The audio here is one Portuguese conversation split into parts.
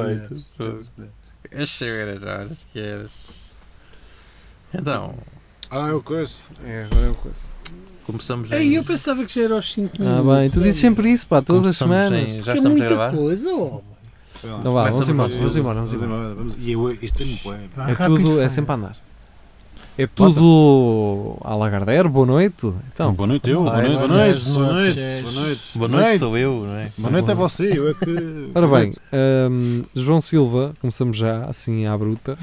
Perfeito. As cheiras, olha, é que eras. Então, Ah, é o coisa. É, agora é o coisa. começamos em. Ei, eu pensava que já era aos 5 Ah, minutos. bem, tu dizes sempre isso, pá, todas as começamos semanas. em- já que é estamos a muita gravar? coisa, ó. Sei lá. Então vá, vamos Começa embora, por- vamos embora, vamos embora. Vamos- E eu, este ano bué. É tudo, é sempre a andar. É tudo à Lagardère, boa noite. Então, boa noite, eu. Boa Ai, noite, boa mas noite, és boa uma noite. pessoa- Boa noite. Boa noite, sou eu, não é? Boa noite a você, eu é que. ora bem, hum, João Silva, começamos já, assim à bruta,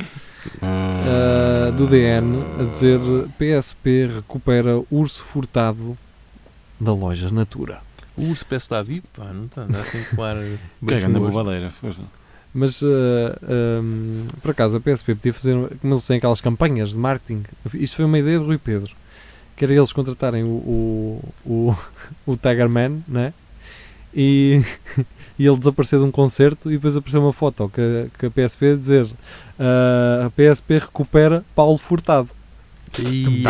ah, do DN, a dizer PSP recupera urso furtado da loja Natura. O urso parece estar vivo, pá, não está? Dá assim com ar. Que é grande bem bobadeira, foste. Mas, ah, hum, por acaso, a PSP podia fazer, como eles têm aquelas campanhas de marketing, isto foi uma ideia de Rui Pedro, que era eles contratarem o, o, o, o Tiger Man, né? E, e ele desaparecer de um concerto e depois apareceu uma foto que, a- que a PSP a dizer ah, a PSP recupera Paulo Furtado. Ih,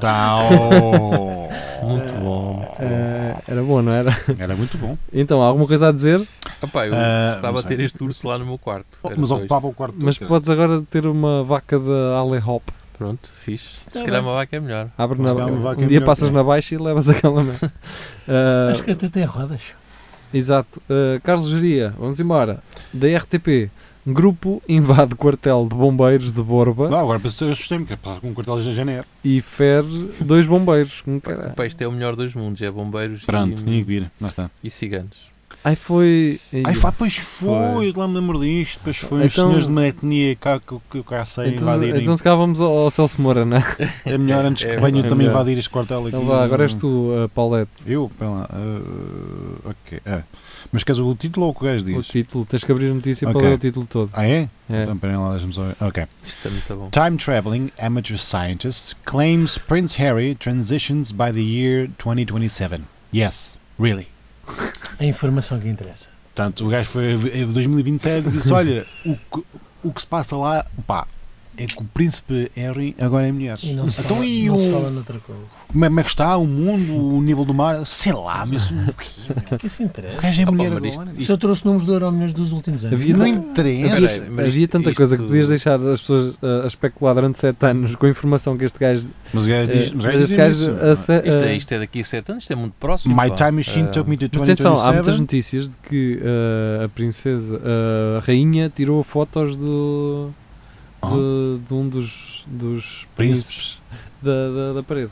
Tau, tau. Muito bom. Ah, era bom, não era? Era muito bom. Então, há alguma coisa a dizer? Opá, eu Ah, estava mas a ter é. este urso lá no meu quarto. Era Mas só isto. ocupava o quarto Mas todo, podes agora ter uma vaca da Ale Hop. Pronto, fixe. Se Tá calhar bem. uma vaca é melhor. Abre Mas na, calma, vaca um é dia melhor, passas não é? na baixa e levas aquela merda. Ah, Acho que até tem rodas. Exato. Uh, Carlos Geria, vamos embora. Da RTP. Grupo invade quartel de bombeiros de Borba Não, agora pensei- eu assustei-me, que é pá, com um quartel de janeiro. e fere dois bombeiros. Um cara- Opá, isto é o melhor dos mundos: é bombeiros e- Pronto, tinha que vir. Lá está. e ciganos. Ai foi. Ai, fa- pois foi, Foi. lá me lembro disto. Pois foi, os Então- senhores de uma etnia cá que que- que cá sei então, invadirem. então se calhar vamos ao, ao Celso Moura, né? É melhor antes que É venham verdade. também É melhor. invadir este quartel aqui. Então vá, agora és tu, uh, Paulette. Eu? Pera lá. ah, ok. ah. Mas queres o título ou o que o gajo O diz? título, tens que abrir a notícia Ok. para ler o título todo. Ah, é? É. Então pera lá, deixa-me só ver. Ok. Isto é muito bom. Time traveling amateur scientist claims Prince Harry transitions by the year 2027. Yes, really. A informação que interessa. Portanto, o gajo foi eh, em 2027 e disse: Olha, o que, o que se passa lá, pá, é que o príncipe Harry agora é mulher. E não se Então, fala, e não se o- fala noutra coisa. Como é como é que está o mundo, o nível do mar? Sei lá, mas o quê, meu? O que é que isso O interessa? gajo é pá, mulher mas agora. isto- Se eu trouxe números do Euro Milhões dos últimos anos. Havia- não Não- interessa. Peraí, mas Havia isto- tanta isto- coisa que podias deixar as pessoas uh, a especular durante 7 anos com a informação que este gajo. Mas o gajo diz. mas eh, o mas gajo este diz gajo. isso. a se- Isto é, uh, isto é daqui a 7 anos, isto é muito próximo. My pá. time machine Ah, took me to Mas atenção, há muitas 2027. notícias de que uh, a princesa, uh, a rainha, tirou fotos do, Ah. de, de um dos, dos Príncipes. príncipes da, da, da parede.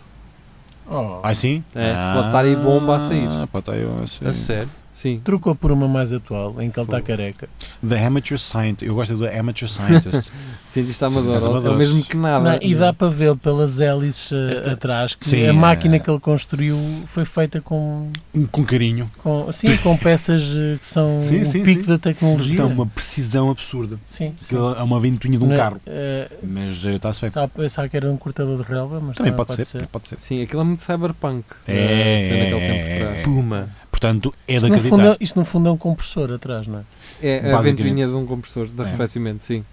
Oh, Ah, sim? É, pode estar aí bomba a sair. Ah, pode estar aí bomba a sair. A sério. Sim. Trocou por uma mais atual, em que ele está Fogo. careca. The Amateur Scientist. Eu gosto do Amateur Scientist. Cientista Cientistas amador. É o amadores. mesmo que nada. Não, e dá para ver pelas hélices eh, Esta- atrás que Sim, a máquina é. que ele construiu foi feita com, Com carinho. com, sim, com peças eh, que são Sim, o sim, pico sim. da tecnologia. Então, uma precisão absurda. Sim, sim. Aquilo é uma ventoinha de um Não é- carro. eh, Mas eh, está-se bem. Tá, Estava a pensar que era um cortador de relva, mas Também não, pode ser. Pode ser. Sim, aquilo é muito cyberpunk. eh, É, a cena é, que ele tem por é, trás. é. Puma. Portanto, é de Isto, no fundo é, acreditar. isto no fundo é um compressor atrás, não é? É a Basicamente. ventoinha de um compressor de É. arrefecimento, sim.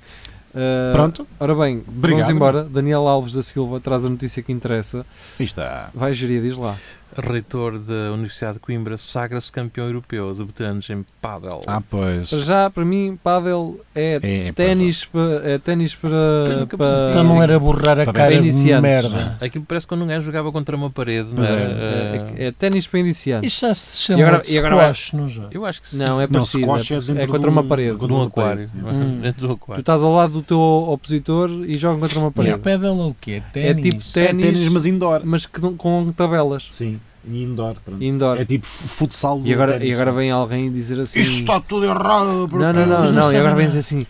Uh, Pronto. Ora bem, vamos Obrigado. embora. Daniel Alves da Silva traz a notícia que interessa. Aí está. Vai gerir, diz lá. Reitor da Universidade de Coimbra sagra-se campeão europeu, debutantes em pádel. Ah, pois. Para já, para mim, pádel é É, é, Ténis pa- é ténis para. é, nunca para- percebi. Então não era borrar a Para cara de Ah, iniciantes. merda. Aquilo parece quando um gajo jogava contra uma parede, não Pois era? É, Ah, é ténis para iniciantes. Isto já se E chama agora- de e agora vai- squash, não já? Eu acho que sim. Não, é Não, parecido. squash é é, dentro é de contra um- uma parede. de de um uma aquário. parede. Hum. Dentro do Tu aquário. estás ao lado do teu opositor e joga contra uma E parede. o pedal ou o quê? É Ténis? tipo É ténis, ténis, mas indoor. mas que não- com tabelas. Sim. E indoor. pronto. Indoor. É tipo fu- futsal do E agora, ténis. e agora vem alguém dizer assim. Isso está tudo errado. por Não, não, acaso. não, Vocês não não. E sabem agora vem nada. dizer assim.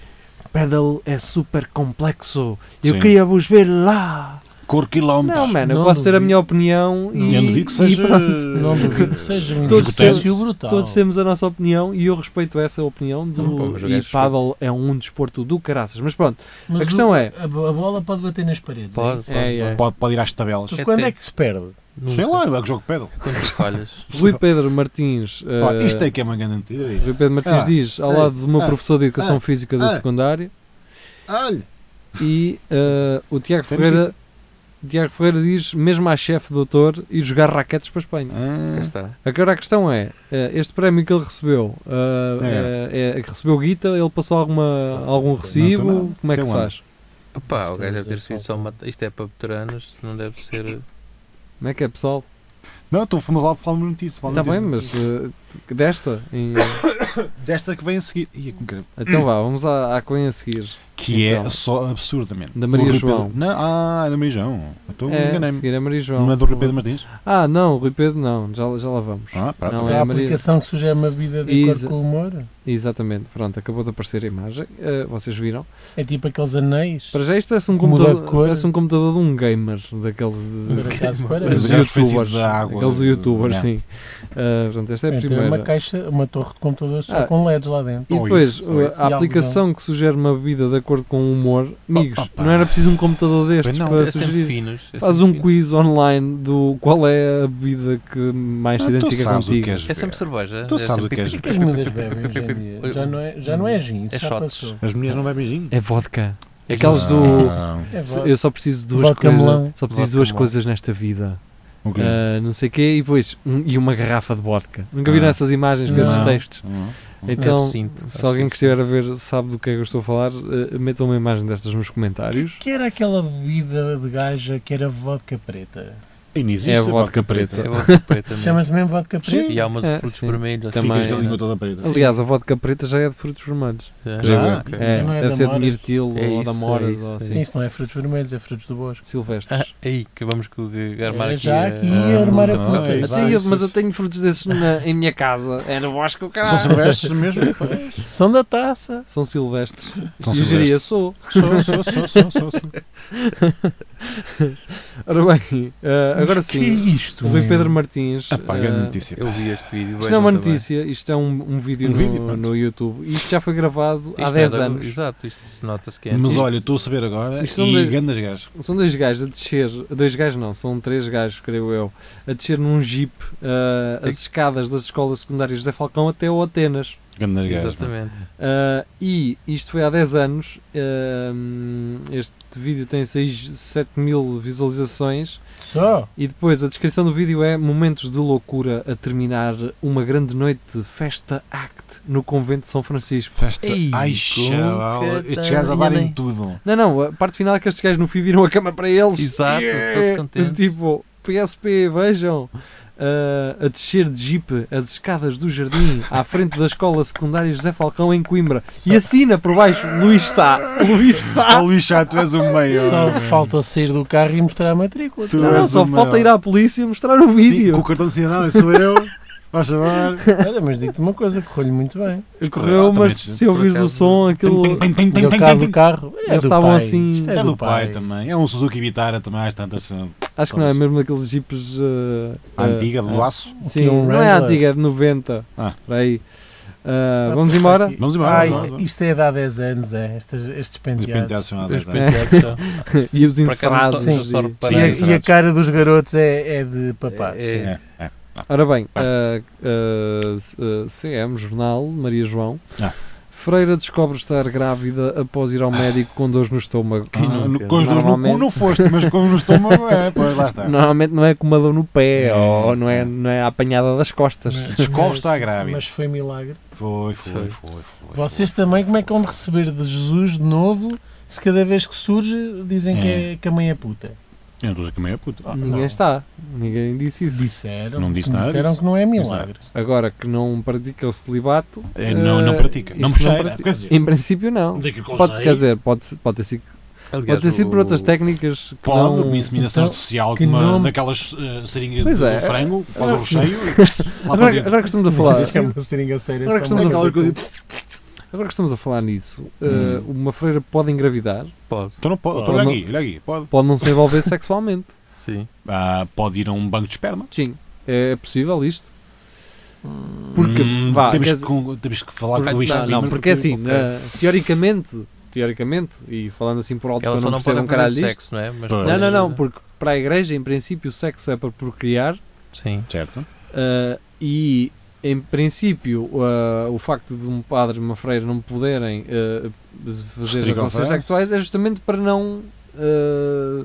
Pedal é super complexo. Eu Sim. queria vos ver lá. Cor quilómetros. Não, mano, eu Não posso ter a duvido. minha opinião e. Eu duvido que e seja. pronto. Não duvido que seja um Todos exercício temos- brutal. Todos temos a nossa opinião e eu respeito essa opinião do, Não, pá, Então, mas o e gajo- paddle é um desporto do caraças. Mas pronto, Mas a questão o- é- A, bo- a bola pode bater nas paredes. é Pode, isso? pode, É, pode. é. Pode, pode ir às tabelas. É Quando é tempo. que se perde? Nunca. Sei lá, é que jogo pedal. Quantas falhas? Rui Pedro Martins. Pá, eh, isto é que é uma grande mentira. Rui Pedro Martins Ah, diz, ao ah, lado de uma ah, professora de educação ah, física do ah. secundário, Olha, e eh, o Tiago Isto é Ferreira notícia. Tiago Ferreira diz, mesmo à chefe doutor, ir jogar raquetes para a Espanha. Cá Ah, está. Agora a questão é, eh, este prémio que ele recebeu, eh, eh, é que recebeu guita, ele passou alguma, algum Não, também recibo? não. Como é que Tem um se lá. faz? Opa, o gajo deve ter Mas recebido só uma. Isto é para veteranos, não deve ser. Como é que é, pessoal? não, estou a falar, falar uma notícia. falar uma Está Tá bem, notícia. mas eh, desta? em- Desta que vem a seguir. Ia, como que- Então vá, vamos à, à coisa a seguir. Que Então. é só absurdamente. Da Maria Do Rui João. Pedro- Não, ah, da Maria João. Então É, a enganei-me. seguir é Maria João. Não é do Rui Pedro Martins? Ah, não, Rui Pedro não, já, já lá vamos. Ah, pá, Não, pá. é Há a a Maria- aplicação que sugere uma vida de Isa. acordo com o humor. Exatamente, pronto, acabou de aparecer a imagem, eh, vocês viram. É tipo aqueles anéis. Para já isto parece um Mudou computador, de cor. parece um computador de um gamer, daqueles de, Por acaso Mas parece. Aqueles já foi youtubers, sido da água. aqueles youtubers, Não. sim. Ah, portanto, esta é a Então é primeira. uma caixa, uma torre de computadores só Ah. com LEDs lá dentro. E Ou depois, Oh, isso, um ou a- isso. a E aplicação que sugere uma bebida de acordo com o humor. Amigos, Oh, opa. não era preciso um computador destes Pois não, para É sempre sugerir. finos. é Faz sempre um finos. quiz online do qual é a bebida que mais Ah, se tu identifica sabes o que contigo. és É sempre ver. cerveja. Tu é sabes o sempre que és O que as miúdas bebem hoje em dia? Já não é, já não é gin, isso É já shots. passou. As mulheres não bebem gin? Ah, É vodka. É Aquelas do. Não. É "S- vodka. Eu só preciso de duas, Vodka coisas, melão. só preciso de Vodka duas melão. coisas nesta vida. O quê? Ah, não sei o quê, e depois. um- e uma garrafa de vodka. Nunca viram Ah. essas imagens com esses Não. textos. Não. Então, absinto, acho se alguém que que é. estiver a ver sabe do que é que eu estou a falar, eh, metam uma imagem destas nos comentários. Que era aquela bebida de gaja que era vodka preta? E não existe É a vodka É preta. vodka preta mesmo. Chama-se mesmo vodka preta? E há umas É, de frutos sim. vermelhos. Também- Ficas com a língua assim, toda preta. Aliás, a vodka preta já é de frutos vermelhos. né? Já? Ah, ok. É, não é deve da ser de Moras. mirtilo É ou isso, da é moras isso, ou é assim. Isso não é frutos vermelhos, é frutos do bosque. Ah, Silvestres. aí, que vamos com o armar É aqui. já eh, aqui ah, a armar a não, puta. é Vai, isso. Até eu- isso- um mas eu tenho frutos desses na- em minha casa. É no bosque o São caralho. silvestres mesmo? São da taça. São silvestres. São e eu diria, silvestres. sou. Sou, sou, sou, sou, sou, sou. Ora bem, eh, Mas agora Que é sim, isto? o Rui meu? Pedro Martins. Epá, eh, Ah, grande notícia. Eu vi este vídeo. Isto não é uma vejam também. notícia, isto é um, um vídeo, Um no, vídeo, pronto. no YouTube. Isto já foi gravado Isto há é 10 da- anos. Exato, isto nota-se que é. Mas Isto- olha, estou a saber agora isto são e dois- grandes gajos. São dois gajos a descer, dois gajos não, são três gajos, creio eu, a descer num jeep ah, as escadas das escolas secundárias José Falcão até ao Atenas. Grandes gajos. não é? Exatamente. Ah, e isto foi há 10 anos. ahm, este vídeo tem 6, 7 mil visualizações. Só? E depois a descrição do vídeo é momentos de loucura a terminar uma grande noite de festa act no convento de São Francisco. Festa. Ei, Ai, com chaval. Estes catarina. gajos a darem tudo. Não, não, a parte final é que estes gajos no fim viram a cama para eles. Exato, todos contentes. Tipo, PSP, vejam. ah, a descer de jeep as escadas do jardim à frente da escola secundária José Falcão em Coimbra. E assina por baixo Luís Sá. Luís Só Sá. Luís Chá, tu és o maior. Só falta sair do carro e mostrar a matrícula. Tu Não, não, és só o maior. falta ir à polícia mostrar o Sim, com vídeo. o cartão de cidadão, sou eu. Vais chamar. Olha, mas digo-te uma coisa, correu-lhe muito bem. Correu, mas Exatamente. se ouvires Por o acaso- som, aquilo. E o carro do carro é Eles do estavam pai. assim- Isto É do pai também. É um Suzuki Vitara também, às tantas. uh, Acho que não é mesmo daqueles jipes. ah, A ah, antiga, do aço. Sim, um não é Wrangler. antiga, é de 90. Ah. Por aí. Ah, Ah, vamos puta embora? que- Vamos embora, Ai, vamos embora. isto é de há 10 anos, é. Estes, estes Os penteados penteados. são há Os 10 anos. penteados são. E os Por acaso, encerrados. não só- enserados, só e- E reparei. a, Sim, e a cara dos garotos é, é de papás. É, é. É, é. Ora bem, ah, ah, c- ah, CM, jornal, Maria João. Ah. Freira descobre estar grávida após ir ao médico com dores no estômago. Ah, no- nunca? com os dois no cu Normalmente- não foste, mas com no estômago é, pois lá está. Normalmente não é com uma dor no pé É. ou não é, não é a apanhada das costas. Mas- Descobre mas- está grávida. Mas foi milagre. Foi, foi, Foi. foi, foi. Vocês também, como é que vão receber de Jesus de novo se cada vez que surge dizem que, é- que a mãe é puta? Eu não estou a dizer que a mãe é puta. Ah, Ninguém não. está. Ninguém disse isso. Disseram, Não disse nada disseram disso. que não é milagre. Agora que não pratica o celibato. É, não, não ah, pratica. Não me isso cheira. pratica. Quer dizer, Em princípio, não. Pode, quer dizer, pode, ser- pode ter sido, Aliás, pode ter sido por o- outras técnicas que pode, não... uma inseminação Então, artificial que de uma, não- daquelas eh, seringas Pois de é. frango, faz o recheio e lá para Agora, dentro. agora que estamos a falar... Isso é uma seringa séria. Agora que só estamos a uma- falar- Agora que estamos a falar nisso, Hum. eh, uma freira pode engravidar, Pode, Então não pode, então olha Pode aqui, olha aqui, pode. pode não se envolver sexualmente. sim. Ah, pode ir a um banco de esperma. Sim, é possível isto. Porque, Hum, vá, temos, quer que, dizer- con- temos que falar com Porque- o Luís não, Lima. não, porque é assim, Ok. na- teoricamente, teoricamente, e falando assim por alto, que Elas eu só não não percebo podem um caralho fazer disto. sexo, não é? Mas Pois. Não, não, não, podem- porque para a igreja, em princípio, o sexo é para procriar Sim. Certo. eh, e, em princípio, eh, o facto de um padre e uma freira não poderem eh, fazer Estrigonçar. relações sexuais é justamente para não... eh,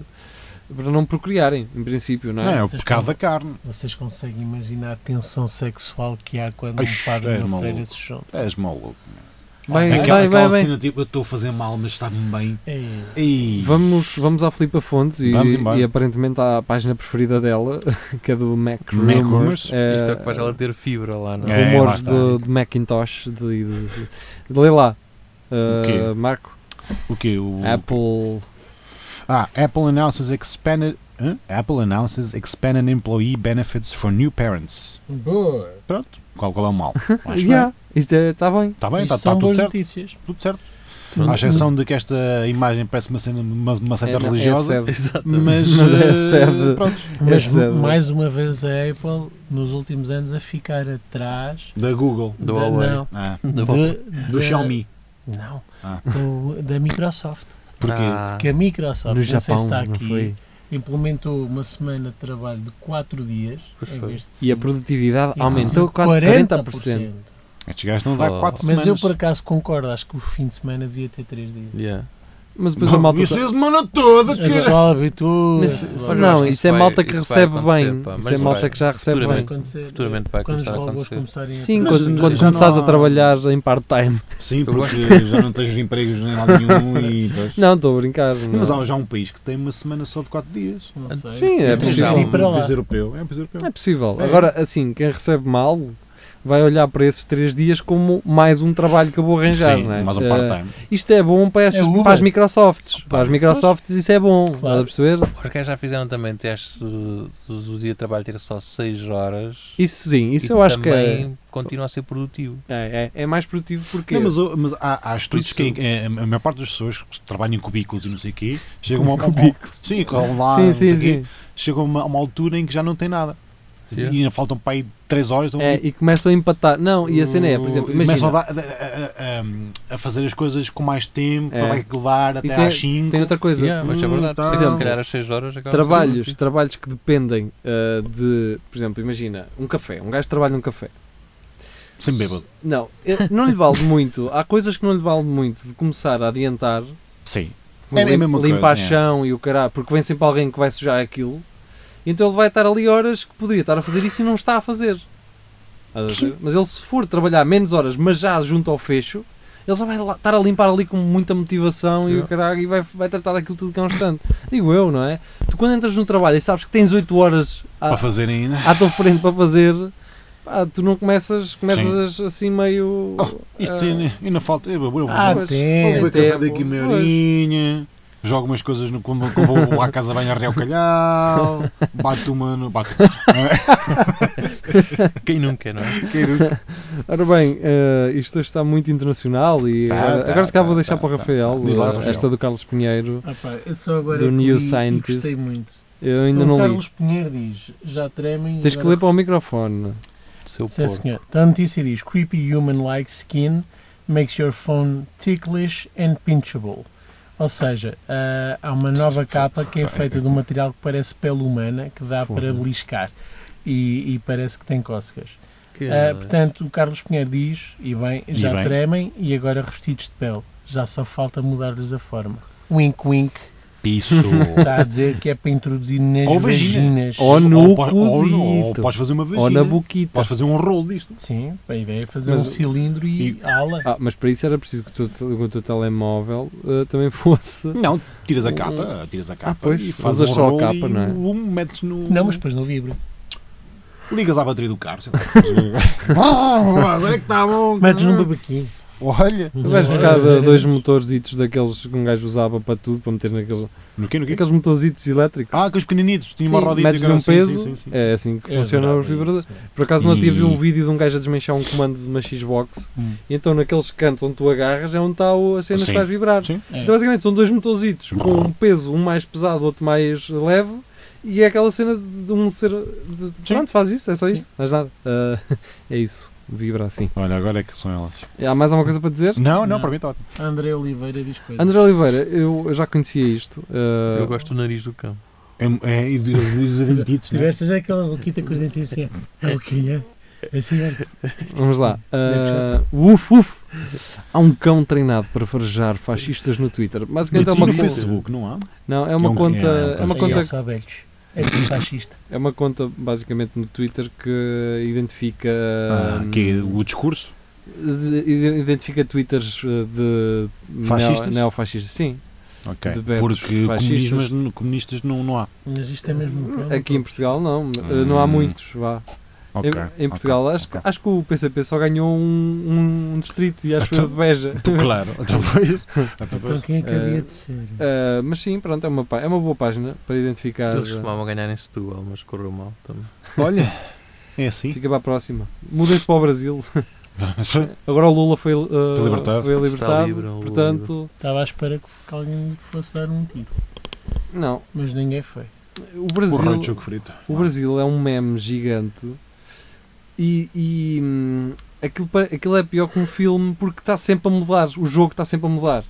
para não procriarem, em princípio, não Não, é? é o Vocês pecado podem- da carne. Vocês conseguem imaginar a tensão sexual que há quando Ai, um padre e é uma freira maluco. se juntam? És maluco. Vai, É aquela vai, vai, aquela vai. cena tipo, eu estou a fazer mal, mas está-me bem. É. Ei, Vamos, vamos à Filipa Fontes e, Vamos embora. e aparentemente há a página preferida dela, que é do Mac Mac Rumors. Rumors. É, Isto é o que faz ela ter fibra lá, não é? É. lá Rumores está. do, do Macintosh. De, de, de- lê lá, uh, quê? Marco. o quê? O... Apple. Ah, Apple announces expanded. hã? Apple announces expanded employee benefits for new parents. Boa! Pronto, qual, qual é o mal? Acho Yeah, isto está bem. Está bem, Isto está são tá- tudo boas certo, notícias. tudo certo. Tudo- À exceção de que esta imagem parece uma, cena, uma, uma seita É, não, é religiosa, sede. Exatamente. mas, Mas é eh, sede. pronto, Mas Essa- mais uma vez a Apple, nos últimos anos, a ficar atrás da Google, Do da, Huawei. não, Ah, Bom, de- do da- Xiaomi. Não, Ah. do- da Microsoft. Porquê? ah, Que a Microsoft, no não Japão, sei se está não aqui, foi? implementou uma semana de trabalho de 4 dias Pois em foi. vez de E a cinco. produtividade E aumentou aumentou 40%. Estes gajos não dá Oh. 4 Mas semanas. eu por acaso concordo, acho que o fim de semana devia ter 3 dias. yeah. Mas depois a Não, malta. tá- Isso é a semana toda, O que... pessoal habitua. Mas, Olha, eu acho não, que isso isso é vai- malta que isso vai recebe acontecer, bem. pá, isso mas é malta vai. que já recebe vai bem. futuramente. acontecer. Futuramente vai Quando os começar a robôs acontecer. começarem a. Sim, Mas quando, já quando não começares há- a trabalhar em part-time. Sim, Eu porque já não tens empregos nem lado nenhum e... pois. Não, estou a brincar. não. Mas há já um país que tem uma semana só de 4 dias. Não sei. Sim, é Eu prefiro possível. ir para Um lá. país europeu. É um país europeu. É possível. É. Agora, assim, quem recebe mal vai olhar para esses três dias como mais um trabalho que eu vou arranjar. Sim, não é? mais um Eh, part-time. isto é bom para, essas, É Uber. para as Microsofts. Para as Microsofts isso é bom. Estás a Claro. perceber? Os gajos já fizeram também testes do, do dia de trabalho ter só 6 horas. Isso sim, e isso eu acho que é, também continua a ser produtivo. é, é- é mais produtivo porque. Não, mas, o- mas há, há estudos Por que isso- eh, a maior parte das pessoas que trabalham em cubículos e não sei o quê chegam ao cubículo. Sim, que vão lá, sim, não sei sim, o quê, sim. chegam a uma, a uma altura em que já não tem nada. Sim. E ainda faltam para aí 3 horas. então, É, tipo, e começam a empatar. Não, e a cena é, por exemplo, começam imagina. a, dar- a- a- a- a fazer as coisas com mais tempo, É. para vai dar até tem- às 5. Tem outra coisa. Yeah, é um mas é Hum, verdade. tá. Sim, Se calhar às 6 horas acaba trabalhos, de ser produtivo. trabalhos que dependem ah, de, por exemplo, imagina, um café, um gajo trabalha num café. Sem bêbado. Não, eh, não lhe vale muito. Há coisas que não lhe vale muito de começar a adiantar, Sim. como É a lim- mesma coisa, limpar é. chão e o caralho, porque vem sempre alguém que vai sujar aquilo. Então ele vai estar ali horas que poderia estar a fazer isso e não está a fazer. Estás a ver? Mas ele se for trabalhar menos horas, mas já junto ao fecho, ele já vai lá- estar a limpar ali com muita motivação e o Yeah. caralho e vai, vai tratar daquilo tudo constante. Digo eu, não é? Tu quando entras no trabalho e sabes que tens 8 horas à, Para fazer ainda. à tua frente para fazer, pá, tu não começas, começas assim meio. Oh, Isto ah, ainda, ainda falta. Eu vou, eu vou, Ah, vou pois, tem. vou beber beber café daqui uma pois. horinha. Jogo umas coisas no quando, quando vou à casa bem arrear o calhau. Bato uma no. Bato. Quem nunca, não é? Quero- Ora bem, eh, isto hoje está muito internacional e Tá, agora, tá, agora se calhar tá, vou deixar tá, para o tá, Rafael, tá. Diz lá, eh, Rafael. esta do Carlos Pinheiro. Ah, pá, eu só agora Do é que New li e Scientist. Gostei muito. Eu ainda o não li. Carlos Pinheiro diz: já tremem. e Tens que agora ler para o microfone. Seu Sim, porco. senhor. Então a notícia diz: Creepy human-like skin makes your phone ticklish and pinchable. Ou seja, ah, há uma nova capa que é feita de um material que parece pele humana, que dá para Foda-se. beliscar e, e parece que tem cócegas. É, Que- Ah, portanto, o Carlos Pinheiro diz: e bem, já bem. tremem e agora revestidos de pele. Já só falta mudar-lhes a forma. Wink, wink, Piso. está a dizer que é para introduzir nas Ou vagina. vaginas. Ou Tá. no Ou po- ou, cozito. ou podes fazer uma Ou na vagina. boquita. Podes fazer um rolo disto. Sim, a ideia é fazer Mas um o- cilindro e, ala. Ah, mas para isso era preciso que o teu, te- o teu telemóvel eh, também fosse. Não, tiras a capa, tiras a capa Hum. Ah, pois, e fazes usas um só a rolo capa, e não é? o metes no. Não, mas depois não vibra. Ligas à bateria do carro. sei lá. Oh, agora é que está bom. Metes num babaquinho. Olha. Tu vais buscar eh, dois motorzitos daqueles que um gajo usava para tudo, para meter naqueles. No quê, no quê? Aqueles motorzitos elétricos. Ah, aqueles pequenitos. Tinha uma Sim, rodinha. metes-lhe um sim, peso, sim, sim, sim. é assim que Eu funciona o adorava vibrador. isso, é. mano. Por acaso não tive E- um vídeo de um gajo a desmanchar um comando de uma Xbox Hum. e então naqueles cantos onde tu agarras é onde está o- a cena que Sim. faz vibrar. Sim. É. Então basicamente são dois motorzitos com um peso, um mais pesado, outro mais leve e é aquela cena de de um ser... De, de- Sim. pronto, faz isso, é só Sim. isso, mais nada. Ah, é isso, vibra assim. Olha, agora é que são elas. Há mais alguma coisa para dizer? Não, não, Não. para mim está ótimo. André Oliveira diz coisas. André Oliveira, eu já conhecia isto. ah, Eu gosto do nariz do cão. É, é, e dos- dos dentitos, né? Tiveste aquela boquita com os dentinhos assim. A boquinha. Vamos lá. Deve Ah, uf, uf. Há um cão treinado para farejar fascistas no Twitter. Basicamente é no uma conta. Facebook, não há? Não, é É uma um- conta. é, É uma Aí conta, É só velhos. É tudo fascista. é uma conta basicamente no Twitter que identifica. Ah, hum, que é o discurso? de- ide- Identifica Twitters eh, de neo- Fascistas? neofascistas. Sim. Ok. de betos Porque fascistas. comunistas, comunistas não, não há. Mas isto é mesmo um problema. Aqui em Portugal não. eh, Não há Hum. muitos, vá. Ok, em, em ok, Portugal acho, que- ok. acho que o PCP só ganhou um, um distrito e acho que foi o de Então- Beja. Claro, talvez. Então quem é que havia Eh, de ser? Ah, mas sim, pronto, é uma, pá- é uma boa página para identificar. eh, Eles costumavam ganhar em Setúbal, mas correu mal também. Olha, é assim. Fica para a próxima. Mudem-se para o Brasil. Agora o Lula foi, ah, Foi libertado. foi Está libertado, livre, o Lula portanto, Estava à espera que que alguém lhe fosse dar um tiro. não. Mas ninguém foi. O O raio de Brasil, choco frito. o Brasil é um meme gigante e, e, hum, aquilo, pa- aquilo é pior que um filme porque está sempre a mudar. O jogo está sempre a mudar.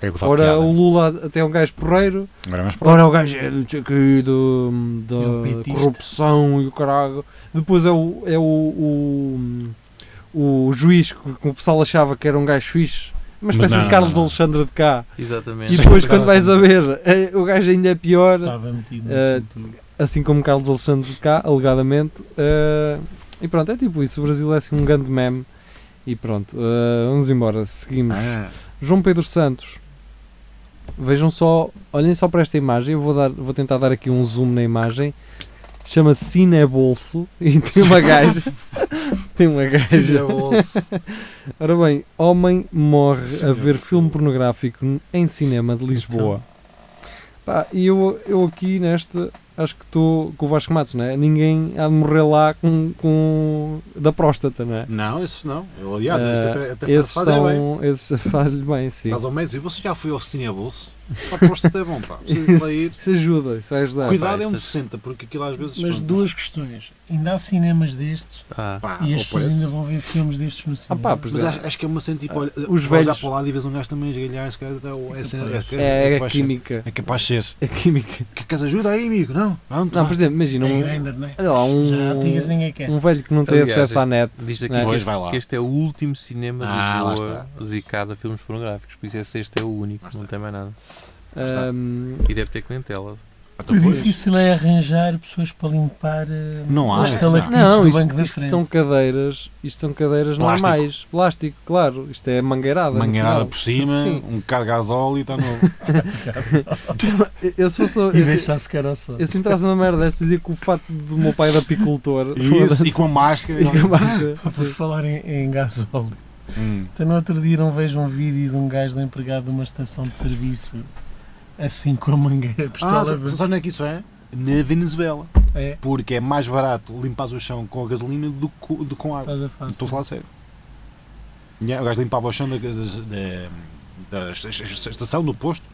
É gozar Ora piada. o Lula até é um gajo porreiro, Agora é mais próximo. Ora, o gajo é do, do, É um da petista. corrupção e o caralho. Depois é o, é o, o, o juiz que que o pessoal achava que era um gajo fixe, mas Mas pensa não, de Carlos não. Alexandre de cá. Exatamente. E depois, quando vais a ver, é, o gajo ainda é pior, Estava metido eh, no tiro. assim como Carlos Alexandre de cá, alegadamente. eh, e pronto, é tipo isso. O Brasil é assim um grande meme. E pronto, eh, vamos embora, seguimos. Ah, João Pedro Santos. Vejam só, olhem só para esta imagem. Eu vou, dar, vou tentar dar aqui um zoom na imagem. Chama-se Cinebolso e tem uma gaja. tem uma gaja. Ora bem, homem morre a ver Cinebolso. filme pornográfico n- em cinema de Lisboa. Pá, e eu, eu aqui nesta acho que estou com o Vasco Matos, não é? Ninguém há de morrer lá com, com da próstata, não é? Não, isso não. Eu, aliás, Ah, tá isso até, até faz, Esses faz é bem. um- estão. Esses faz-lhe bem, sim. Mais ou menos. E você já foi ao Cine a bolso? Pá, posto até bom, pá. Precisa de ir. Isso ajuda, Tá, isso vai ajudar. Cuidado pá, é um isso- 60, porque aquilo às vezes. Mas pronto, duas questões. Ainda há cinemas destes Ah, pá, e ou as pessoas parece- ainda vão ver filmes destes no cinema. pá, pois Mas é. acho, acho que é uma cena tipo. Olha, os olhar velhos- para lá e vês um gajo também esgalhar, se calhar até o- é, cena- é, É, a capaz de ser. química. É capaz de ser. A química. Que queres ajuda aí, amigo? Não, não, Não, por exemplo, imagina É um, grinder, não é? olha lá, Já há tigres, um, ninguém quer. um velho que não tem Aliás, acesso à este- net. diz aqui Não é? que, Pois, este, vai lá. que este é o último cinema de Ah, lá Lisboa dedicado a filmes pornográficos, por isso esse- este é o único, não tem mais nada. Ahm, E deve ter clientela. Então O difícil é arranjar pessoas para limpar eh, Não há, as isso estalactites não, do banco isto, da isto frente. são cadeiras, isto são cadeiras Plástico. normais, plástico, claro, isto é mangueirada. no Mangueirada final. por cima, Sim. um carga a e está novo. Eu- Eu se fosse, eu, E se- deixar-se cara ao sol. eu se entrasse uma merda desta, dizia que o facto do meu pai era apicultor E, isso, foda-se, e com a máscara. e que a marcha- Por sim. falar em, em gasóleo. Hum. Então, no outro dia, não vejo um vídeo de um gajo de um empregado de uma estação de serviço assim com a mangueira Ah, pistola. sa- sabes onde é que isso é? Na Venezuela. é, Porque é mais barato limpar o chão com a gasolina do que co- do que com água. estás a falar. Estou a falar sério. Yeah, o gajo limpava o chão da, das- da- da esta- esta- estação, do posto,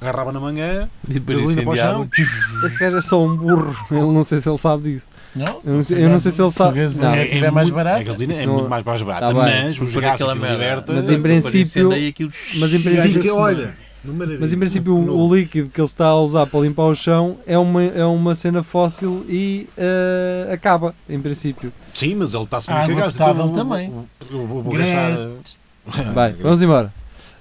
agarrava na mangueira, E depois gasolina para o incendiado. chão. Esse gajo é só um burro, eu não sei se ele sabe disso. Não? Eu não sei- eu não sei se ele sabe- Se o Não, é gasolina estiver mais muito- barato, A gasolina é Isso não- muito mais, mais barata, Tá bem. mas os Por gases que aquela aquilo merda. liberta... Mas em Depois princípio- incendeia aquilo. Mas em E princípio, acho que, é um olha, no maravilha. Mas em princípio o, No- o líquido que ele está a usar para limpar o chão é uma, é uma cena fóssil e eh, acaba, em princípio. Sim, mas ele está-se A Ah, bem água cagado. potável também. então Eu vou vou gastar... Vai, vamos embora.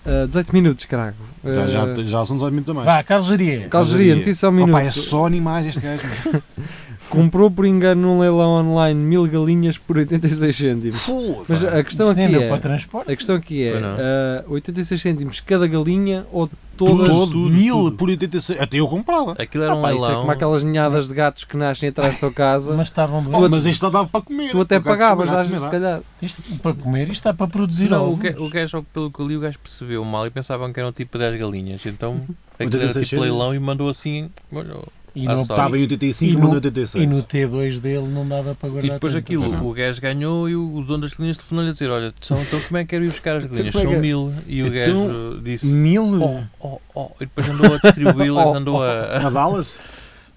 Eh, 18 minutos, Eh, caraca. Ah, Já, já, já são 18 minutos a mais. vá, Carlos Jaria. Carlos Geria, notícia ao um minuto. Opa, é só animais este gajo. Comprou por engano num leilão online mil galinhas por 86 cêntimos. Pô, Mas pá. a questão Isso nem aqui deu para o é, transporte. a questão aqui é Pois não. eh, 86 cêntimos cada galinha ou Tudo, todas... tudo, mil tudo. por 86. Até eu comprava. Aquilo era um Opa, isso é leilão. como aquelas ninhadas de gatos que nascem atrás da tua casa. Mas estavam Oh, dois. mas isto dava para comer. tu até O gajo pagavas, foi lá às vezes, comer, se lá. calhar. Isto para comer, isto está para produzir Não, o, ovos. é- ga- o gajo, pelo que eu li, o gajo percebeu mal e pensavam que eram tipo 10 galinhas. Então aquilo era 86 tipo leilão e mandou assim. olha, é- E, Ah, não- só. Estava em E 85, no- mandou em e 86. no T2 dele não dava para guardar E depois tanto. aquilo, Pois não. o gajo ganhou e o o dono das galinhas telefonou-lhe a dizer: Olha, são- então como é que quero ir buscar as galinhas? Como é São que é? mil. E o Então, gajo disse: Mil? Oh, oh, oh. E depois andou a distribuí-las, Oh, andou a. A Dallas?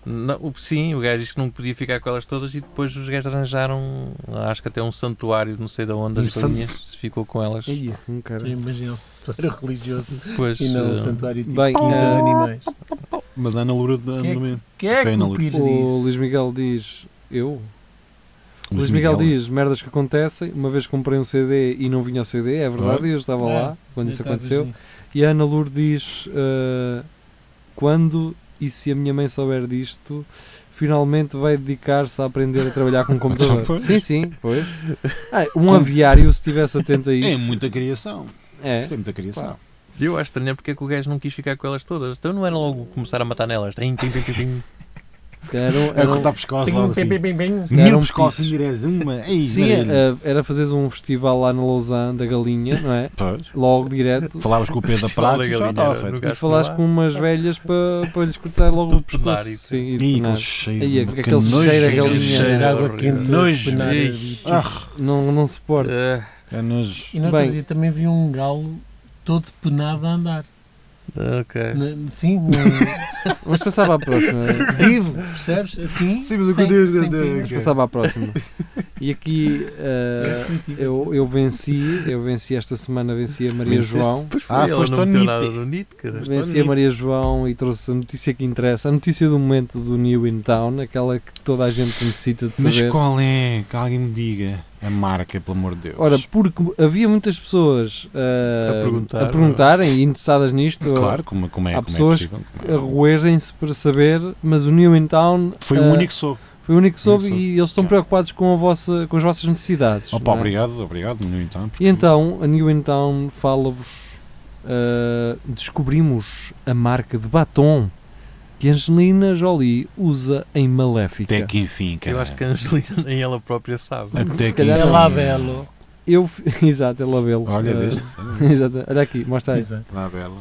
Não, o- sim, o gajo disse que não podia ficar com elas todas e depois os gajos arranjaram, acho que até um santuário, não sei de onde, Um as san- galinhas, se ficou com elas. Ih, um cara. Imagina, um santuário religioso Depois, e não eh, um santuário tipo uh, Bem, quinta eh, de animais. Mas é na Loura do Que é Andamento. Quem é que Foi na o luz. Pires O disse? Luís Miguel diz: Eu? Luís Miguel diz merdas que acontecem. Uma vez comprei um CD e não vinha o CD, é verdade, eu estava É, lá quando isso Deitadas aconteceu. nisso. E a Ana Lourdes diz: eh, Quando e se a minha mãe souber disto, finalmente vai dedicar-se a aprender a trabalhar com um computador. Pois. sim, sim, pois. Ah, um aviário, se estivesse atento a É isto. muita criação. É. Isto é muita criação. E eu acho estranho porque é que o gajo não quis ficar com elas todas. Então não era logo começar a matar nelas. Tim, tim, tim, tim, tim. se calhar Era, um- É era um- cortar pescoços Bing, logo assim. bing, bing, bing, bing. Era um Mil pescoços em picho. direto. Uma. Ei, Sim, maravilha. eh, era fazeres um festival lá na Lausanne da galinha, não é? Pois. Logo direto. Falavas com o Pedro Festival Prato da e já Galinha, estava no feito. E Gajo falaste lá. com umas velhas para para lhes cortar logo o Tupenar pescoço. e tudo. Sim, e Ih, aquele tupenar. cheiro. é? Aí, que aquele cheiro a nojo. galinha. Cheiro de água horrível. quente. Nojo. penar a Ei. bichos. Ah, não, não se porta. Ah, é nojo. E no outro Bem. dia também vi um galo todo penado a andar. É. ok. Na- Sim, no- Vamos passar para a próxima. vivo, percebes? Assim, Sim, mas eu é sem- continuo a sem dizer- penas. Vamos passar para a próxima. E aqui eh, É intuitivo. eu, eu venci, eu venci esta semana, venci a Maria Venceste? João. Pois foi, Ah, ela foste não ao meteu Nite. nada do NIT, cara. Mas- Venci a bonito. Maria João e trouxe a notícia que interessa, a notícia do momento do New in Town, aquela que toda a gente necessita de Mas saber. qual é? Que alguém me diga. A marca, pelo amor de Deus. Ora, porque havia muitas pessoas eh, A perguntar, a perguntarem e interessadas nisto, claro, como, como é, eh, há como pessoas é possível. a como é. roerem-se para saber, mas o New in Town Foi eh, o único que soube. foi o único que soube soube. e eles estão Yeah. preocupados com, a vossa, com as vossas necessidades. Opa, não é? obrigado, obrigado. No entanto, porque- E então, a New In Town fala-vos. ah, descobrimos a marca de batom que Angelina Jolie usa em Maléfica. Até que enfim, cara. Eu acho que a Angelina nem ela própria sabe. Até se que calhar É enfim. lá belo. Eu, fi- exato, é labelo. Olha, Ah, deste. exato, olha aqui, mostra aí. Exato. Lá belo.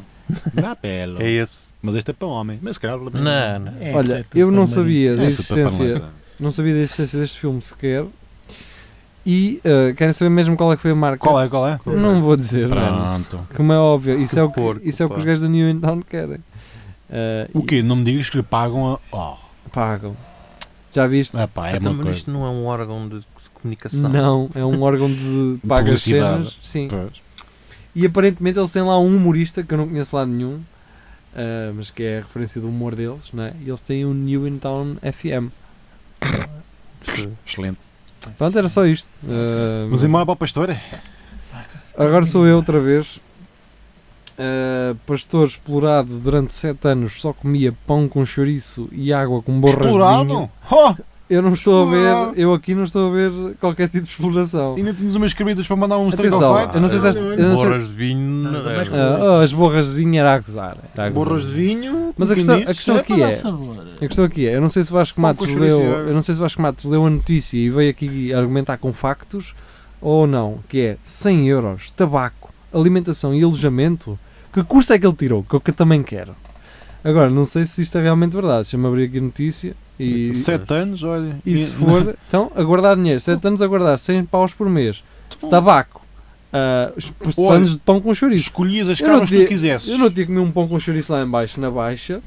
Lá belo. É esse. Mas este é para homem. Mas se calhar lá belo. Não, não. É, isso é Olha, tudo eu não para marido. sabia da É, super para existência, nós. não sabia da existência deste filme sequer. E ah, querem saber mesmo qual é que foi a marca? Qual é, qual é? Não vou dizer, não. Pronto. Como é óbvio, isso é o que, porco, isso é o que pá. os gajos da New In Town querem. Ah, O quê? Não me digas que lhe pagam a. Oh, e Pagam. Já viste? ah, pá, é Então, uma mas coisa. isto não é um órgão de comunicação. Não, é um órgão de paga as Publicidade. cenas. Sim. Pois. E aparentemente eles têm lá um humorista que eu não conheço lá nenhum, ah, mas que é a referência do humor deles, não é? E eles têm um New In Town FM. Excelente. Pronto, era só isto. Ah, Vamos embora para o pastor? É agora sou eu outra vez. Ah, pastor explorado durante 7 anos só comia pão com chouriço e água com borras de vinho. Explorado? Oh, Eu não estou a Explorado. ver, eu aqui não estou a ver qualquer tipo de exploração. ainda tínhamos umas escritas para mandar uns Atenção, tricofight. eu não sei se esta- é eu não sei- Borras de vinho. Mas não também é. as Ah, oh, as borras de vinho era a gozar. era a gozar. Borras de vinho. Mas a quem questão, diz? a questão É aqui para dar é, sabor. a questão aqui é, eu não sei se Vasco Pão com Matos chouriço leu, e água. eu não sei se Vasco Matos leu a notícia e veio aqui argumentar com factos ou não, que é 100 euros, tabaco, alimentação e alojamento. Que curso é que ele tirou? Que eu que também quero. Agora, não sei se isto é realmente verdade. Deixa-me abrir aqui a notícia e, Sete anos, olha. e se for, então, aguardar dinheiro. 7 anos a guardar 100 paus por mês. Tabaco, ah, os processantes de pão com chouriço. Escolhias as Eu não caras que tinha- tu quisesses. Eu não tinha comido um pão com chouriço lá em baixo, na baixa,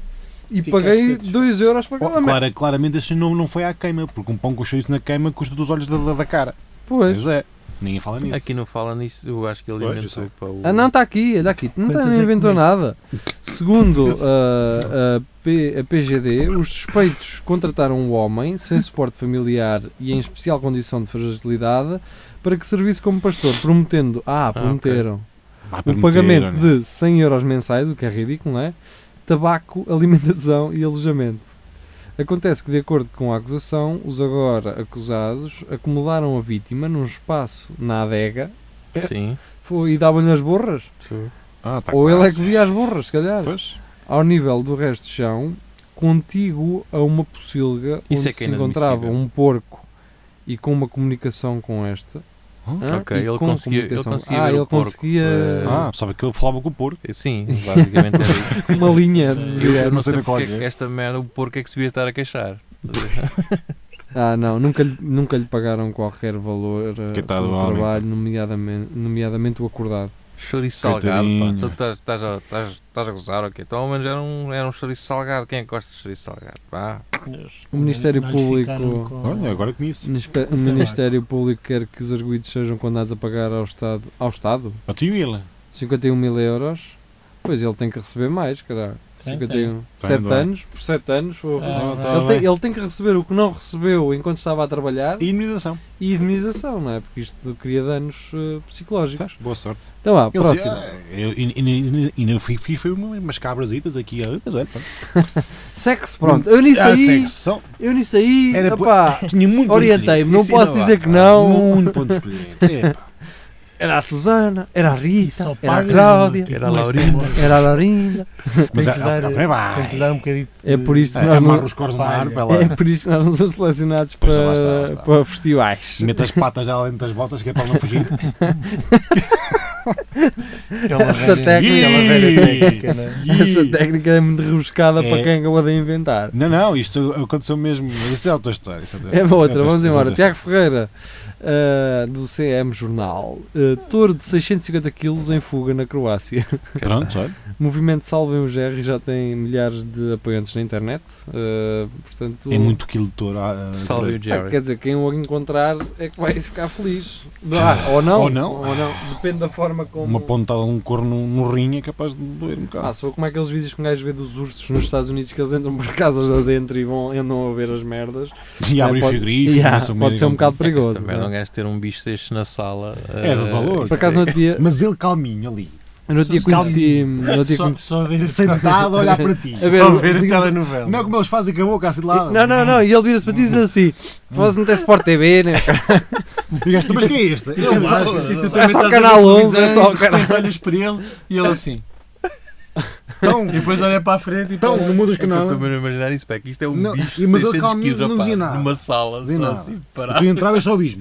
e Ficaste paguei satisfeito. 2 euros para Oh, cada merda. clara- claramente este não, não foi à queima, porque um pão com chouriço na queima custa dos olhos da, da- da cara. Pois. Pois é, ninguém fala nisso. Aqui não fala nisso. Eu acho que ele Pois, eu inventou sei. para o. Ah, não, está aqui, olha aqui. Não, tá, Quantas não é que inventou comeste? nada. Segundo ah, a, P- a PGD, os suspeitos contrataram um homem sem suporte familiar e em especial condição de fragilidade para que servisse como pastor, prometendo. Ah, ok. prometeram. né? Vai O permitir, pagamento olha. de 100 euros mensais, o que é ridículo, não é? Tabaco, alimentação e alojamento. Acontece que, de acordo com a acusação, os agora acusados acomodaram a vítima num espaço na adega Sim. foi- e davam-lhe as borras. Ah, tá Ou quase. ele é que via as borras, se calhar. Pois. Ao nível do resto do chão, contíguo a uma pocilga Isso onde é que é se encontrava inadmissível. um porco e com uma comunicação com esta. Hum? Hã? Ok, E ele com conseguia- ele comunicação- conseguia ah, ver o ele porco. eh, conseguia Ah, sabe que ele falava com o porco. Sim, basicamente era isso. uma linha. Eu- Eu, direta. não sei sei bem qual porque é é. que esta merda, o porco é que se devia estar a queixar. Ah, não, nunca lhe, nunca lhe pagaram qualquer valor eh, Coitado pelo do homem, trabalho, nomeadamente, nomeadamente o acordado. Chouriço salgado, pá. Coitadinho. Então estás- Estás a- estás- estás a gozar, ok? Então ao menos era um, era um chouriço salgado. Quem é que gosta de chouriço salgado? Pá. Ah, Mas O Ministério não lhes ficaram Público- com- Olha, agora que isso. O Nispe- O Ministério Público quer que os arguídos sejam condenados a pagar ao Estado, ao Estado A ti e ele. 51 mil um euros Pois ele tem que receber mais, caralho. Tem, 51. tem. é? 7 Tem, vai. anos, por 7 anos. foi- Ah, Não, tá ele, bem. tem, ele tem que receber o que não recebeu enquanto estava a trabalhar E indemnização. e indemnização, não é? Porque isto cria danos eh, psicológicos. Sabes? Boa sorte. Então vá, Tá. Ele disse, próximo. "Ah, eu- E e- e- e eu fui- fiz foi umas cabrasitas aqui, ah, mas olha, pronto. Sexo, pronto. Eu nisso Ah, aí, sexo, são- eu nisso aí, Era por- opá, Tinha muito orientei-me, não Isso ainda posso lá, dizer que pá, não. Muito ponto escolhido. Epá. era a Susana, era a Isso- isso só Rita, era a paga- Cláudia, Era a Laurina. era a Laurinda. Mas que a- ela dar- ela também Tem que lhe vai. dar um bocadinho. de- É por isto que nós Amarra não, os cores no ar, para é ela. por isso que nós não somos selecionados Tá Pois, lá está, lá para, está. para festivais. Mete as patas já dentro das botas, que é para ela não fugir. Aquela Essa velha- técnica- aquela velha técnica, não é? Essa técnica é muito rebuscada É. para quem acabou de inventar. Não, não, isto aconteceu mesmo. Isso é outra história. isso outra É história, uma outra, outra vamos história, embora. outra Tiago Ferreira, ah, do CM Jornal. Ah, touro de 650 kg em fuga na Croácia. história. Pronto, é olha. Movimento Salvem o GR já tem milhares de apoiantes na internet. ah, portanto, É muito quilo de touro. ah, Salve o ah, Ah, Jerry. É quer dizer, quem o encontrar é que vai ficar feliz. Ah, ou não. Ou não. Depende da forma como. Uma pontada, um corno no rim é capaz de doer um Ah, bocado. se for como aqueles vídeos que um gajo vê dos ursos nos Estados Unidos que eles entram por casas adentro e vão, andam a ver as merdas. e abre é, pode- o grifo. Yeah, começa a comer pode ser um e- bocado perigoso. Esta merda, não é? um gajo ter um bicho deste na sala. É de eh, valor. Por acaso, no outro dia, Mas ele calminho ali. no outro dia Calma. conheci. No outro dia Só, conheci só a ver Sentado a olhar para ti. A ver, só a o- ver a diz- telenovela. Não é como eles fazem com a boca assim de lado. não, não, não, e ele vira-se para ti e diz assim: Você não tem Sport TV, né? E o gajo, mas quem é este? Eu acho. É só Canal 11, é só o Canal- olhas para ele e ele assim. Então, E depois olha para a frente e então, não mudas É que que eu não. estou a imaginar isso, pá, que isto é um Não, bicho e- mas ele 600 calminho quilos, não opá, dizia nada. numa sala, Dizia só nada. assim, Tu parado. entravas só ouvias.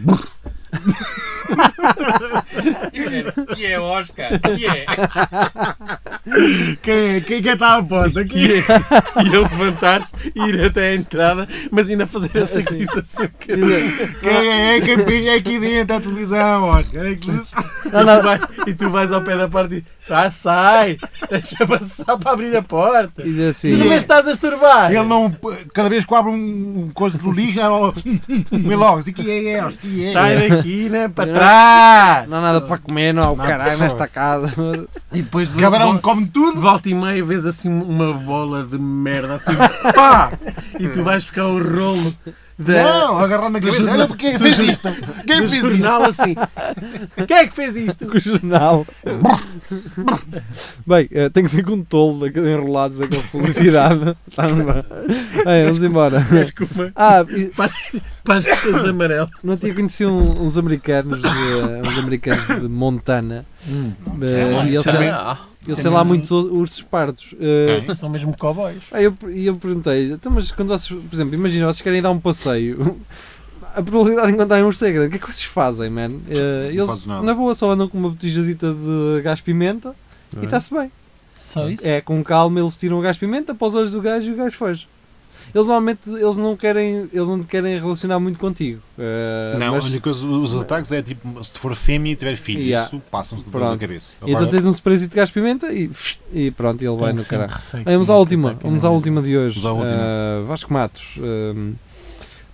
Que é Oscar, que é? Quem é Quem é que está à aposta? Quem é? E, e ele levantar-se e ir até à entrada, mas ainda fazer essa coisa assim um bocadinho. Quem é que pinga aqui dentro da televisão, Oscar? É que Não, E tu, não. vai, e tu vais ao pé da porta e ah, sai, deixa passar para abrir a porta. E diz Tu não assim: vês que estás a estorbar. Ele não. Cada vez que abre um um coisa do lixo, é logo. E logo, assim, que é, é, Oscar? que é? Sai daqui, né? Para Não. trás. Não há nada para comer, não há o Não, caralho por favor. nesta casa. E depois de Cabrão, come tudo. um volta e meia vês assim uma bola de merda assim, pá! E tu vais ficar o rolo da, Não, agarrar na cabeça. Olha, quem fez isto? Quem do fez isto? jornal assim. Quem é que fez isto? com o jornal. Bem, eh, tem que ser com um tolo daqueles enrolados daquela publicidade. Tá numa- Bem, vamos embora. Desculpa. Ah, e Para as coisas amarelas. não tinha conhecido um- uns americanos de, uns americanos de Montana. Eh, e eles, têm, Ah, eles têm lá muitos ur- ursos pardos. Tá. Eh, São mesmo cowboys. ah, eu, per- e eu perguntei, então, mas quando vocês, por exemplo, imagina, vocês querem dar um passeio, a probabilidade de encontrarem um urso é grande. O que é que vocês fazem, man? Eh, eles, fazes nada. na boa, só andam com uma botijazita de gás-pimenta Uhum. e tá está-se bem. Só isso? É, com calma eles tiram o gás pimenta para os olhos do gajo e o gajo foge. Eles normalmente eles não querem, eles não te querem relacionar muito contigo. eh, Não, mas- a única coisa, os ataques é tipo, se for fêmea e tiver filho, Yeah. isso passam-se de da Pronto. cabeça. então tens um sprayzinho de gás pimenta e, e pronto, Então ele vai no caralho. caralho. Bem, Vamos à última, vamos à última de hoje. Vamos à última. Ah, Vasco Matos. hum,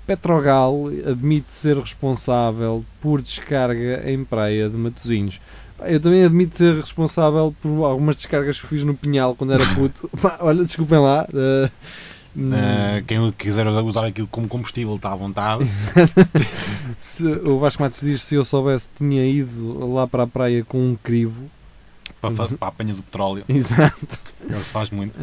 Petrogal admite ser responsável por descarga em praia de Matosinhos. Pá, Eu também admito ser responsável por algumas descargas que fiz no Pinhal quando era puto. Pá, Olha, desculpem lá. ah, hum, Ah, quem quiser usar aquilo como combustível está à vontade. Se, o Vasco Matos diz se eu soubesse tinha ido lá para a praia com um crivo. para, fa- para a apanha do petróleo. Exato. É o que se faz muito.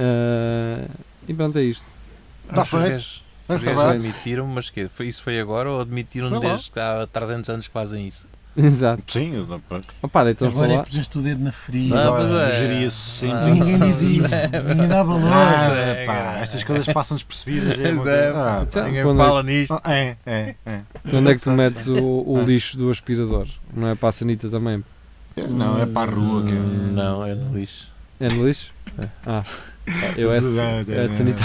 e pronto, é isto. Está os gajos- feito. É os gajos saudades. admitiram, mas que Isso foi agora ou admitiram Foi lá. desde que há 300 anos que fazem isso? Exato. Sim, eu não- pronto. Opa, deitamos para Agora é que lá. puseste o dedo na Ah, ferida. agora pois é. geria-se sempre. Ah, Ninguém não. dizia. Ninguém dá valor. Ah, Nada, é, Ah, pá. é. Estas coisas passam despercebidas. É, uma Pois é, coisa- ah, Então, Ninguém quando é- fala nisto. pá. é, é, é. Onde é que tu metes o, o Ah. lixo do aspirador? Não é para a sanita também? Não, é um- para a rua. Que... Hum, Não, é no lixo. É no lixo? Ah, eu é, de- é de sanita.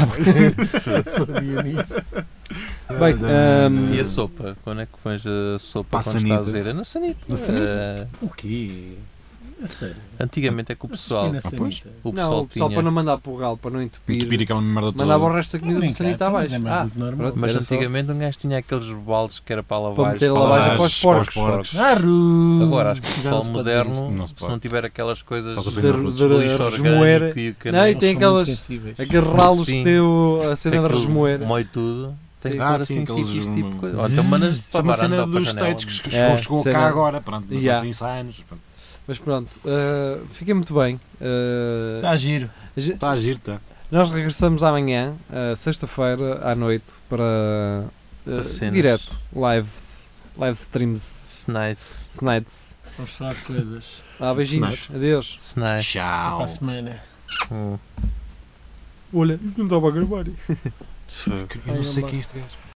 Sabia nisto. Bem, hum, E a sopa? Quando é que pões a sopa Para a quando está a sanita. dizer? É na sanita. Na sanita. Eh, O quê? A sério. Antigamente é que o pessoal, Cristina pois. Sanita. o não, pessoal o pessoal tinha. para não mandar para o ralo, para não entupir, Entupir aquela merda toda. mandava o resto da Não, comida nem para sanita cá, abaixo. mas é mais Ah, do que normal. pronto, Mas era só- antigamente um gajo tinha aqueles baldes que era para a lavagem. Para meter a para lavagem lavar. para os porcos. é Arru! Agora, acho que o Já não pessoal se pode dizer moderno, isso. Não se se pode. não tiver aquelas coisas Estás a de, ver de na rua. lixo De remoer. orgânico e o que Não, e Eles tem são aquelas- muito sensíveis. Aqueles ralos Sim. que tem o- a cena de aquilo resmoer. Moe tudo. Tem Sim. que Ah, pôr sim, assim aqueles- sítios tipo coisa. Ou então mandas Isso é uma para a cena varanda ou para dos a janela. States que É, chegou, chegou cena- cá agora, pronto, mas Yeah. aos insanos. pronto. Mas pronto, uh, fiquei muito bem. Uh, Está a Tá giro. a gente- Está a giro, tá? Nós regressamos amanhã, uh, sexta-feira, à noite, para uh, Para cenas. direto, lives, live streams, Snides. nights. Vamos falar de coisas. Ah, beijinhos, Nights. adeus. Snides. Para Tchau. a semana. Hum. Olha, não estava a gravar. Eu não sei quem é este gajo.